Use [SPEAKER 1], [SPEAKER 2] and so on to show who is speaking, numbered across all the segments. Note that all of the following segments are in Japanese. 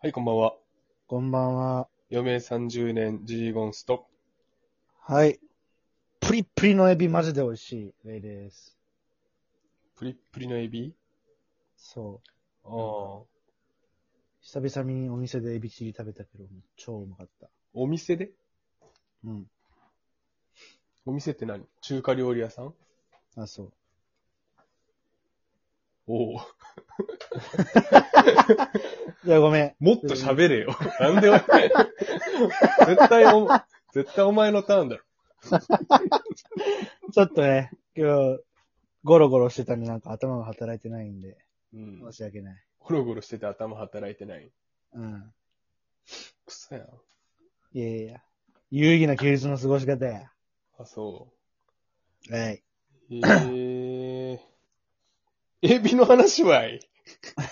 [SPEAKER 1] はい、こんばんは。
[SPEAKER 2] こんばんは。
[SPEAKER 1] 余命30年、ジーゴンスト。
[SPEAKER 2] はい。プリップリのエビマジで美味しい。レイです。
[SPEAKER 1] プリップリのエビ
[SPEAKER 2] そう。
[SPEAKER 1] ああ。
[SPEAKER 2] 久々にお店でエビチリ食べたけど、超うまかった。
[SPEAKER 1] お店で
[SPEAKER 2] うん。
[SPEAKER 1] お店って何中華料理屋さん
[SPEAKER 2] あ、そう。
[SPEAKER 1] おお。
[SPEAKER 2] いや、ごめん。
[SPEAKER 1] もっと喋れよ。なんでお前 絶対お、絶対お前のターンだろ。
[SPEAKER 2] ちょっとね、今日、ゴロゴロしてたんで、なんか頭が働いてないんで、
[SPEAKER 1] うん
[SPEAKER 2] 申し訳ない。
[SPEAKER 1] ゴロゴロしてて頭働いてない。
[SPEAKER 2] うん。
[SPEAKER 1] くそやん。
[SPEAKER 2] いやいやいや。有意義な休日の過ごし方や。
[SPEAKER 1] あ、そ
[SPEAKER 2] はい。
[SPEAKER 1] う。えー。エビの話はい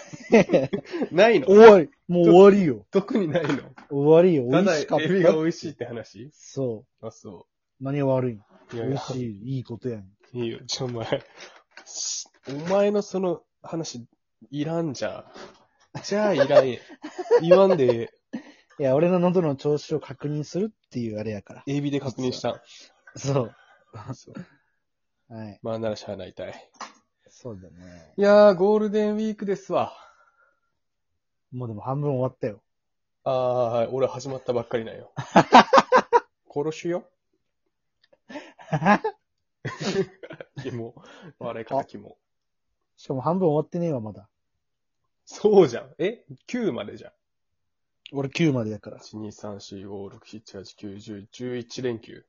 [SPEAKER 1] ないの
[SPEAKER 2] 終わりもう終わりよ。
[SPEAKER 1] 特にないの
[SPEAKER 2] 終わりよ。
[SPEAKER 1] た
[SPEAKER 2] 美
[SPEAKER 1] だ
[SPEAKER 2] 味しかった。
[SPEAKER 1] エビが美味しいって話
[SPEAKER 2] そ。
[SPEAKER 1] あ、そう
[SPEAKER 2] 何が悪いの
[SPEAKER 1] う。い
[SPEAKER 2] 美
[SPEAKER 1] やい
[SPEAKER 2] 味
[SPEAKER 1] や、
[SPEAKER 2] しい、いいことやん。
[SPEAKER 1] いいよ。ちょ、お前。お前のその話、いらんじゃん。じゃあ、いらんや。言わんで、
[SPEAKER 2] いや、俺の喉の調子を確認するっていうあれやから。
[SPEAKER 1] エビで確認した。
[SPEAKER 2] そ
[SPEAKER 1] そう
[SPEAKER 2] う。はい。
[SPEAKER 1] まあ、ならしゃあないたい。
[SPEAKER 2] そうだね。
[SPEAKER 1] いやー、ゴールデンウィークですわ。
[SPEAKER 2] もうでも半分終わっ たよ。
[SPEAKER 1] ああ、はい。俺始まったばっかりなんよ。殺しよ。キモ。笑い方キモ。
[SPEAKER 2] しかも半分終わってねえわ、まだ。
[SPEAKER 1] そうじゃん。え ?9 までじゃん。
[SPEAKER 2] 俺9までやから。
[SPEAKER 1] 1、2、3、4、5、6、7、8、9、10、11連休。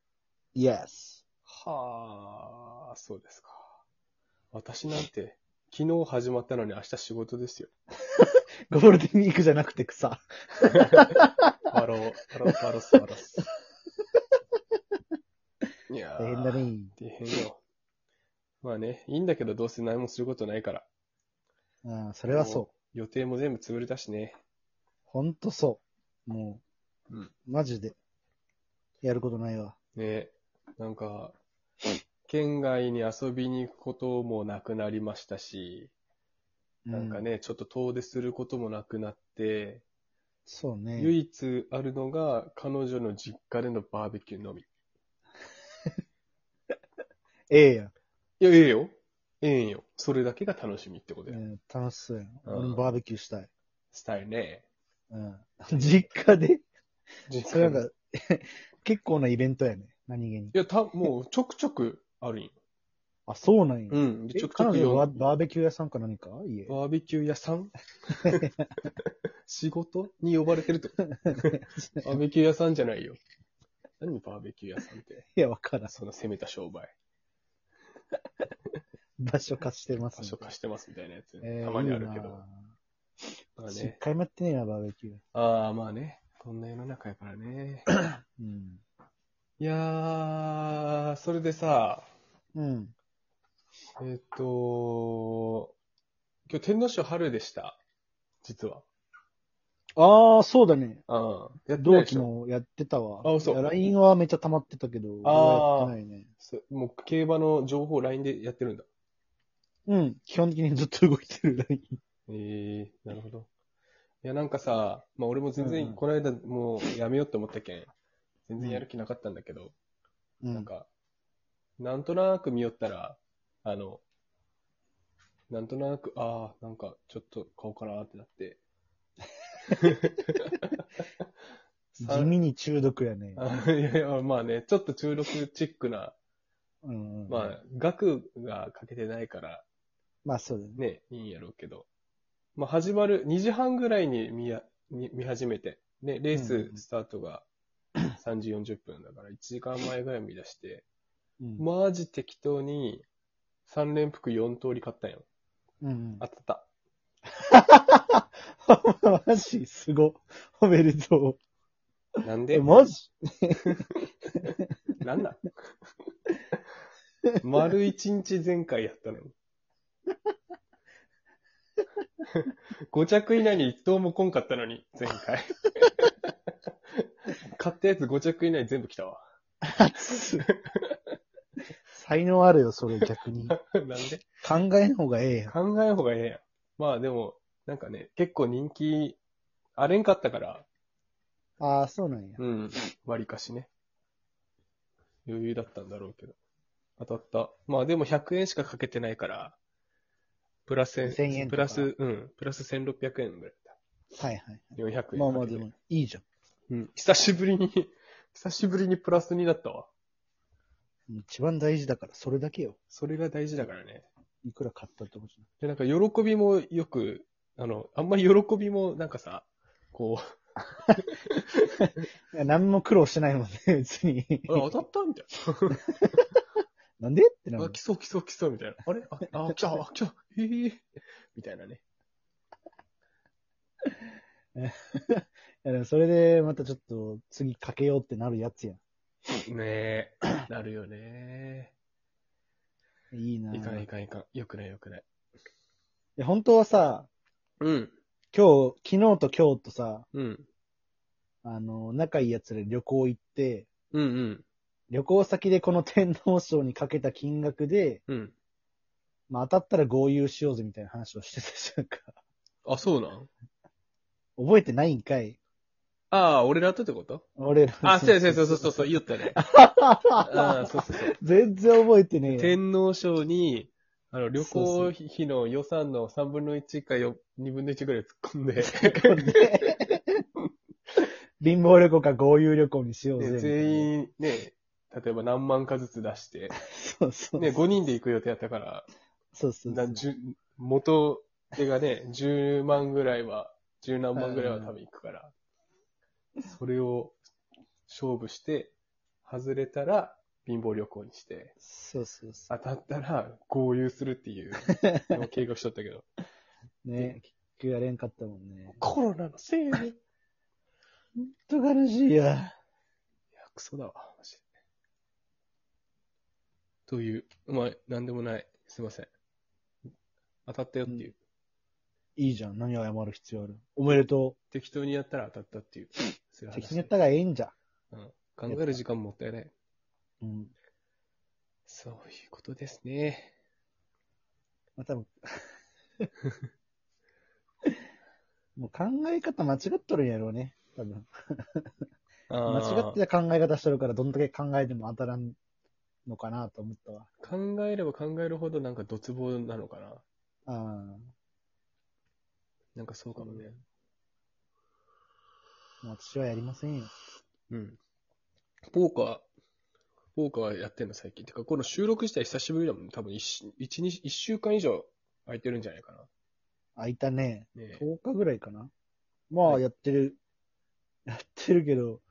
[SPEAKER 2] Yes。
[SPEAKER 1] はあ、そうですか。私なんて、昨日始まったのに明日仕事ですよ。
[SPEAKER 2] ゴールデンウィークじゃなくて草。
[SPEAKER 1] パロ、パロ、パロス、パロス。いやー
[SPEAKER 2] 大変だ。ね。
[SPEAKER 1] 大変よ。まあね、いいんだけどどうせ何もすることないから。
[SPEAKER 2] うん、それは
[SPEAKER 1] も。
[SPEAKER 2] そう
[SPEAKER 1] 予定も全部潰れたしね。
[SPEAKER 2] う。ほんとそう。もう、
[SPEAKER 1] うん
[SPEAKER 2] マジで、やることないわ。
[SPEAKER 1] ね、なんか、県外に遊びに行くこともなくなりましたし、
[SPEAKER 2] う
[SPEAKER 1] なんか。ね、ちょっと遠出することもなくなって、
[SPEAKER 2] そうね。
[SPEAKER 1] 唯一あるのが、彼女の実家でのバーベキューのみ。い
[SPEAKER 2] ええやん、
[SPEAKER 1] や、ええよ。ええんよ。それだけが楽しみってこと
[SPEAKER 2] う
[SPEAKER 1] や。
[SPEAKER 2] ん。楽しそうやん。
[SPEAKER 1] うん
[SPEAKER 2] 俺もバーベキューしたい。
[SPEAKER 1] したいね。
[SPEAKER 2] うん。 実家で
[SPEAKER 1] 実
[SPEAKER 2] それ
[SPEAKER 1] に
[SPEAKER 2] なん
[SPEAKER 1] い
[SPEAKER 2] か、 結構なイベントやね。何気に。
[SPEAKER 1] や、た、もう、ちょくちょくあるんよ。
[SPEAKER 2] あ、そうなんや。
[SPEAKER 1] うん。
[SPEAKER 2] え
[SPEAKER 1] ちょくち
[SPEAKER 2] 彼
[SPEAKER 1] ょく
[SPEAKER 2] 女
[SPEAKER 1] よ
[SPEAKER 2] はバーベキュー屋さんか何かいえ。
[SPEAKER 1] バーベキュー屋さ ん仕事に呼ばれてる ってことバーベキュー屋さんじゃないよ。何バーベキュー屋さんって。
[SPEAKER 2] いや、わからん。
[SPEAKER 1] その攻めた商売。
[SPEAKER 2] 場所貸してます、
[SPEAKER 1] 場所貸
[SPEAKER 2] し
[SPEAKER 1] してますみたいなやつ。
[SPEAKER 2] えー
[SPEAKER 1] たまにあるけ
[SPEAKER 2] いい
[SPEAKER 1] ど。
[SPEAKER 2] な
[SPEAKER 1] まあ
[SPEAKER 2] ぁ一
[SPEAKER 1] ね。
[SPEAKER 2] 回もやってねえな、バーベキュー。
[SPEAKER 1] ああ、まあね。こんな世の中やからね。
[SPEAKER 2] うん。
[SPEAKER 1] いやー、それでさ、
[SPEAKER 2] うん。
[SPEAKER 1] えっ、と、今日天皇賞春でした。実は。
[SPEAKER 2] ああ、そうだね。
[SPEAKER 1] うん。やってない
[SPEAKER 2] 同
[SPEAKER 1] でし
[SPEAKER 2] 期
[SPEAKER 1] ょ
[SPEAKER 2] もやってたわ。
[SPEAKER 1] あ嘘
[SPEAKER 2] いや LINE はめっちゃ溜まってたけど、俺はやってないね。
[SPEAKER 1] そもう競馬の情報 LINE でやってるんだ。
[SPEAKER 2] うん。基本的にずっと動いてる LINE。
[SPEAKER 1] ええなるほど。いや、なんかさ、まあ俺も全
[SPEAKER 2] うんう
[SPEAKER 1] 然、
[SPEAKER 2] ん
[SPEAKER 1] この間もうやめようって思ったけん、全然やる気なかったんだけど、
[SPEAKER 2] う
[SPEAKER 1] なん
[SPEAKER 2] ん。
[SPEAKER 1] か、なんとなく見よったら、あの、なんとなく、ああ、なんかちょっと買おうかなってなって。
[SPEAKER 2] 地味に中毒やね。
[SPEAKER 1] あ いやいや、まあね、ちょっと中毒チックな、
[SPEAKER 2] うん。
[SPEAKER 1] まあ、額がかけてないから、
[SPEAKER 2] まあ、そうだね。
[SPEAKER 1] ね、いいんやろうけど。まあ、始まる、2時半ぐらいに見や、に見始めて、ね、レー
[SPEAKER 2] うん
[SPEAKER 1] ス
[SPEAKER 2] うん
[SPEAKER 1] スタートが3時40分だから、1時間前ぐらいに見出して、
[SPEAKER 2] うん。
[SPEAKER 1] マジ適当に3連服4通り買ったんよ。
[SPEAKER 2] うん
[SPEAKER 1] 当たった。
[SPEAKER 2] うん。 マジ、すご。おめでと
[SPEAKER 1] なん
[SPEAKER 2] う。
[SPEAKER 1] で
[SPEAKER 2] え、マジ
[SPEAKER 1] なんなん 丸一日前回やったのに。5着以内に1頭も来んかったのに、前回。買ったやつ5着以内全部来たわ。
[SPEAKER 2] 才能 あるよ、それ逆に。
[SPEAKER 1] なんで
[SPEAKER 2] 考えん方がええやん。
[SPEAKER 1] 考えん方がええやん。まあでも、なんかね、結構人気、あれんかったから、
[SPEAKER 2] ああ、そうなんや。
[SPEAKER 1] うん、割かしね。余裕だったんだろうけど。当たった。まあでも100円しかかけてないから、プラス
[SPEAKER 2] 1000円とか
[SPEAKER 1] プラス、うん、プラス1600円ぐらいだ。
[SPEAKER 2] はいはい。
[SPEAKER 1] 400円。
[SPEAKER 2] まあまあでも、いいじゃん。
[SPEAKER 1] うん、久しぶりに、久しぶりにプラスになったわ。
[SPEAKER 2] 一番大事だから、それだけよ。
[SPEAKER 1] それが大事だからね。
[SPEAKER 2] いくら買ったってことじ
[SPEAKER 1] で、なんか喜びもよく、あの、あんまり喜びもなんかさ、こう、
[SPEAKER 2] ゃない。いや、何も苦労してないもんね、 別に。
[SPEAKER 1] あれ当たったみたい
[SPEAKER 2] なんでってな
[SPEAKER 1] な。あ、
[SPEAKER 2] る
[SPEAKER 1] 来そう来そう来そうみたいな。あれあ、あ、来た、あ、来た、へえみたいなね。
[SPEAKER 2] いやでもそれで、またちょっと、次かけようってなるやつや
[SPEAKER 1] ね え、なるよね
[SPEAKER 2] ん。いいなぁ
[SPEAKER 1] いかんい
[SPEAKER 2] い
[SPEAKER 1] かんいかん。よくないよくない。
[SPEAKER 2] や、本当はさ、
[SPEAKER 1] うん、
[SPEAKER 2] 今日、昨日と今日とさ、
[SPEAKER 1] うん、
[SPEAKER 2] あの、仲いいやつで旅行行って、
[SPEAKER 1] うん、うん、
[SPEAKER 2] 旅行先でこの天皇賞にかけた金額で、
[SPEAKER 1] うん。
[SPEAKER 2] まあ当たったら豪遊しようぜみたいな話をしてたじゃんか。
[SPEAKER 1] あ、そうなん
[SPEAKER 2] 覚えてないんかい
[SPEAKER 1] ああ、俺らとってこと
[SPEAKER 2] 俺ら。
[SPEAKER 1] あ、そうやそうやそうそうそうそう、言ったね。 ああ、そうそうそう。
[SPEAKER 2] 全然覚えてねえよ。
[SPEAKER 1] 天皇賞に、あの、旅
[SPEAKER 2] そ
[SPEAKER 1] 行
[SPEAKER 2] う
[SPEAKER 1] 費の予算の3分の1かよ2分の1ぐらい突っ込んで、
[SPEAKER 2] 貧乏旅行か豪遊旅行にしようぜ。
[SPEAKER 1] ね全。員ね、例えば何万かずつ出して、
[SPEAKER 2] そうそう。
[SPEAKER 1] ね、5人で行く予定やったから、
[SPEAKER 2] そうそうそう
[SPEAKER 1] な。じゅ元手がね、10万ぐらいは、10何万ぐらいは多分行くから、それを勝負して、外れたら貧乏旅行にして、
[SPEAKER 2] そうそうそ
[SPEAKER 1] 当たったら豪遊するっていうのを計画しとったけ ど、
[SPEAKER 2] う。ね、結局やれんかったもんね。
[SPEAKER 1] コロナのせいで、
[SPEAKER 2] ほんと悲しいや。
[SPEAKER 1] いや、クソだわ、マジで。という、まあ、なんでもない。すいません。当たったよっていう。
[SPEAKER 2] いいじゃん。何謝る必要ある。おめでと。
[SPEAKER 1] 適当にやったら当たったっていう。そういうう
[SPEAKER 2] 敵
[SPEAKER 1] 話
[SPEAKER 2] にやったらええんじゃ。
[SPEAKER 1] うん。考える時間もったいない。
[SPEAKER 2] うん。
[SPEAKER 1] そういうことですね。
[SPEAKER 2] まあ、多分もう考え方間違っとるんやろうね。多分。間違ってた考え方しとるから、どんだけ考えても当たらんのかなと思ったわ。
[SPEAKER 1] 考えれば考えるほどなんかドツボなのかな。
[SPEAKER 2] あ
[SPEAKER 1] なんかそうかもね。
[SPEAKER 2] あ、もう私はやりませんよ。
[SPEAKER 1] うん。ポーカー、ポーカーはやってんの最近。てか、この収録自体久しぶりだもん。多分一一日一週間以上空いてるんじゃないか
[SPEAKER 2] 空いたね。
[SPEAKER 1] な。ねえ
[SPEAKER 2] 10日ぐらいかな。ま
[SPEAKER 1] は
[SPEAKER 2] あ、
[SPEAKER 1] い
[SPEAKER 2] やってる。 やってるけど、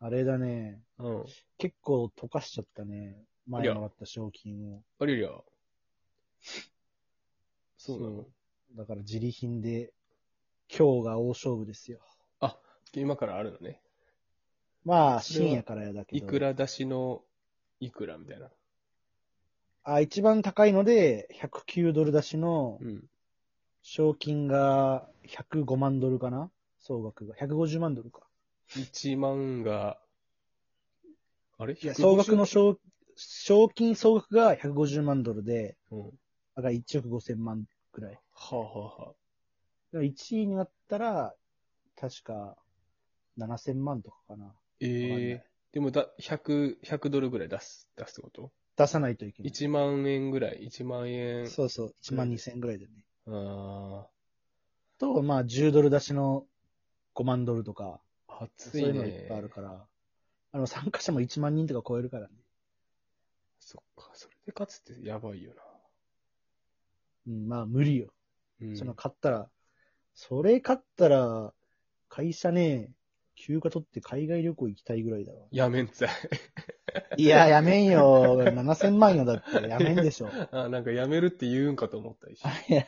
[SPEAKER 2] あれだね。
[SPEAKER 1] うん。
[SPEAKER 2] 結構溶かしちゃったね。前もらった賞金を。
[SPEAKER 1] ありりゃ。そうなの
[SPEAKER 2] だから自利品で、今日が大勝負ですよ。
[SPEAKER 1] 今からあるのね。
[SPEAKER 2] まあ、
[SPEAKER 1] それは
[SPEAKER 2] 深夜からやだけ
[SPEAKER 1] い
[SPEAKER 2] ど。
[SPEAKER 1] くら出しのいくらみたいな。
[SPEAKER 2] あ、一番高いので、109ドル出しの、
[SPEAKER 1] うん。
[SPEAKER 2] 賞金が105万ドルかな総額が。150万ドルか。
[SPEAKER 1] 1万が、あれ
[SPEAKER 2] いや、総額の。賞、賞金総額が150万ドルで、
[SPEAKER 1] 150うん。は
[SPEAKER 2] だから1億5千万くらい。
[SPEAKER 1] あ、はあはあ、
[SPEAKER 2] でも1位になったら、確か7千万とかかな。わかんない
[SPEAKER 1] ええでもだ、100、100ドルぐらい出す、出すってこと
[SPEAKER 2] 出さないといけない。
[SPEAKER 1] ?1 万円ぐらい、1万円。
[SPEAKER 2] そうそう、1万2千ぐらいだね。
[SPEAKER 1] あ
[SPEAKER 2] と、まあ10ドル出しの5万ドルとか、
[SPEAKER 1] あ、
[SPEAKER 2] そ
[SPEAKER 1] 暑
[SPEAKER 2] う
[SPEAKER 1] い
[SPEAKER 2] い
[SPEAKER 1] ね。
[SPEAKER 2] うのがいっぱいあるから。あの、参加者も1万人とか超えるからね。
[SPEAKER 1] そっか、それで勝つってやばいよ
[SPEAKER 2] うん、まあ無理よ。
[SPEAKER 1] な。うん。
[SPEAKER 2] その勝ったら、それ勝ったら、会社ね、休暇取って海外旅行行きたいぐらいだわ。
[SPEAKER 1] やめんつい。
[SPEAKER 2] いや、やめん よ。7000万よ、だって。やめんでしょ。
[SPEAKER 1] あ、なんかやめるって言うんかと思ったし。
[SPEAKER 2] いや、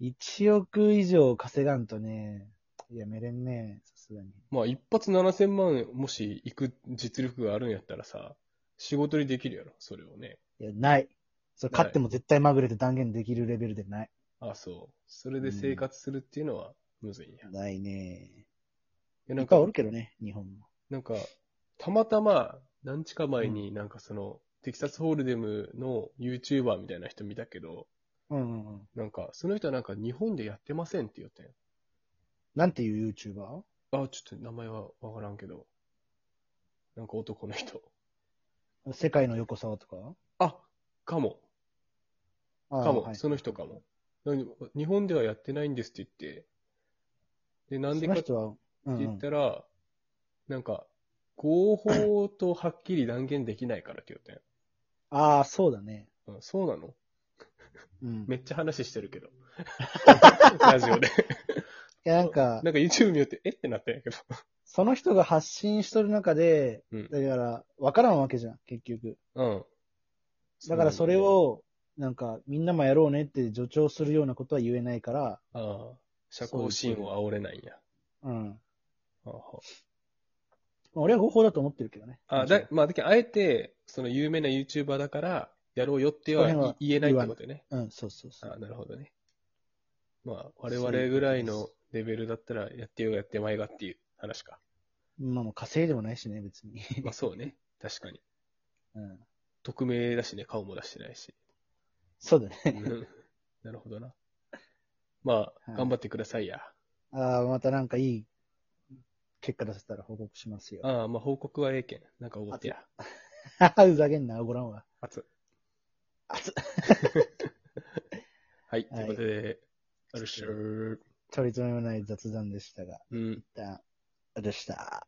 [SPEAKER 2] 1億以上稼がんとね、やめれんね、さすがに。
[SPEAKER 1] まあ、一発7000万、もし行く実力があるんやったらさ、仕事にできるやろ、それをね。
[SPEAKER 2] いや、ない。それ
[SPEAKER 1] ない
[SPEAKER 2] 勝っても絶対まぐれて断言できるレベルでない。
[SPEAKER 1] あそう。それで生活するっていうのは、むずいんや。い
[SPEAKER 2] ないね。
[SPEAKER 1] や
[SPEAKER 2] い
[SPEAKER 1] な
[SPEAKER 2] っ
[SPEAKER 1] んか
[SPEAKER 2] ぱいお、るけどね、日本も。
[SPEAKER 1] なんか、たまたま、何日か前になんかその、テキサスホールデムの YouTuber みたいな人見たけど、
[SPEAKER 2] うんうんうん。
[SPEAKER 1] なんか、その人はなんか日本でやってませんって言ったよ。
[SPEAKER 2] なんていう YouTuber?
[SPEAKER 1] あ、ちょっと名前はわからんけど。なんか男の人。
[SPEAKER 2] 世界の横沢とか
[SPEAKER 1] あ、かも。
[SPEAKER 2] あー
[SPEAKER 1] かも。
[SPEAKER 2] はい
[SPEAKER 1] その人かも。なんで日本ではやってないんですって言って。で、なんで
[SPEAKER 2] そ
[SPEAKER 1] か
[SPEAKER 2] の
[SPEAKER 1] って
[SPEAKER 2] 人は、うん
[SPEAKER 1] 言
[SPEAKER 2] う
[SPEAKER 1] っ
[SPEAKER 2] ん、
[SPEAKER 1] たら、なんか、合法とはっきり断言できないからって言ったよ。
[SPEAKER 2] ああ、そうだね。
[SPEAKER 1] うん、そうなの
[SPEAKER 2] うん。
[SPEAKER 1] めっちゃ話してるけど。 ラジオ で。
[SPEAKER 2] いや、なんか、
[SPEAKER 1] なんか YouTube 見よって、えってなったんやけど。
[SPEAKER 2] その人が発信しとる中で、
[SPEAKER 1] うん
[SPEAKER 2] だから、わからんわけじゃん、結局。
[SPEAKER 1] うん。
[SPEAKER 2] だからそれ、を、なんか、みんなもやろうねって助長するようなことは言えないから、
[SPEAKER 1] ああ、社交心を煽れないんや。
[SPEAKER 2] うん。
[SPEAKER 1] ああ
[SPEAKER 2] まあ俺は合法だと思ってるけどね。
[SPEAKER 1] ああ、だ、まあ、だけどあえて、その有名な YouTuber だから、やろうよって
[SPEAKER 2] その辺
[SPEAKER 1] は
[SPEAKER 2] は
[SPEAKER 1] 言えないってことよね。
[SPEAKER 2] うん、そうそうそ
[SPEAKER 1] ああ、
[SPEAKER 2] う。
[SPEAKER 1] なるほどね。まあ、我
[SPEAKER 2] そういうこ
[SPEAKER 1] 々
[SPEAKER 2] とです
[SPEAKER 1] ぐらいのレベルだったら、やってようやってまいがっていう話か。
[SPEAKER 2] まあもう稼いでもないしね、別 に。
[SPEAKER 1] まあそうね。確かに。
[SPEAKER 2] うん。
[SPEAKER 1] 匿名だしね、顔も出してない し。
[SPEAKER 2] そうだね。
[SPEAKER 1] なるほどな。まあ、
[SPEAKER 2] はい
[SPEAKER 1] 頑張ってくださいや。
[SPEAKER 2] ああ、またなんかいい結果出せたら報告しますよ。
[SPEAKER 1] ああ、まあ報告はええけん。なんかおごってや。
[SPEAKER 2] ふざけんな、ごらんわ。
[SPEAKER 1] 熱。
[SPEAKER 2] 熱
[SPEAKER 1] はい、と
[SPEAKER 2] は
[SPEAKER 1] い
[SPEAKER 2] い
[SPEAKER 1] うことで、あるっしょー。
[SPEAKER 2] 取り留めもない雑談でしたが、
[SPEAKER 1] うん。
[SPEAKER 2] 一旦、でした。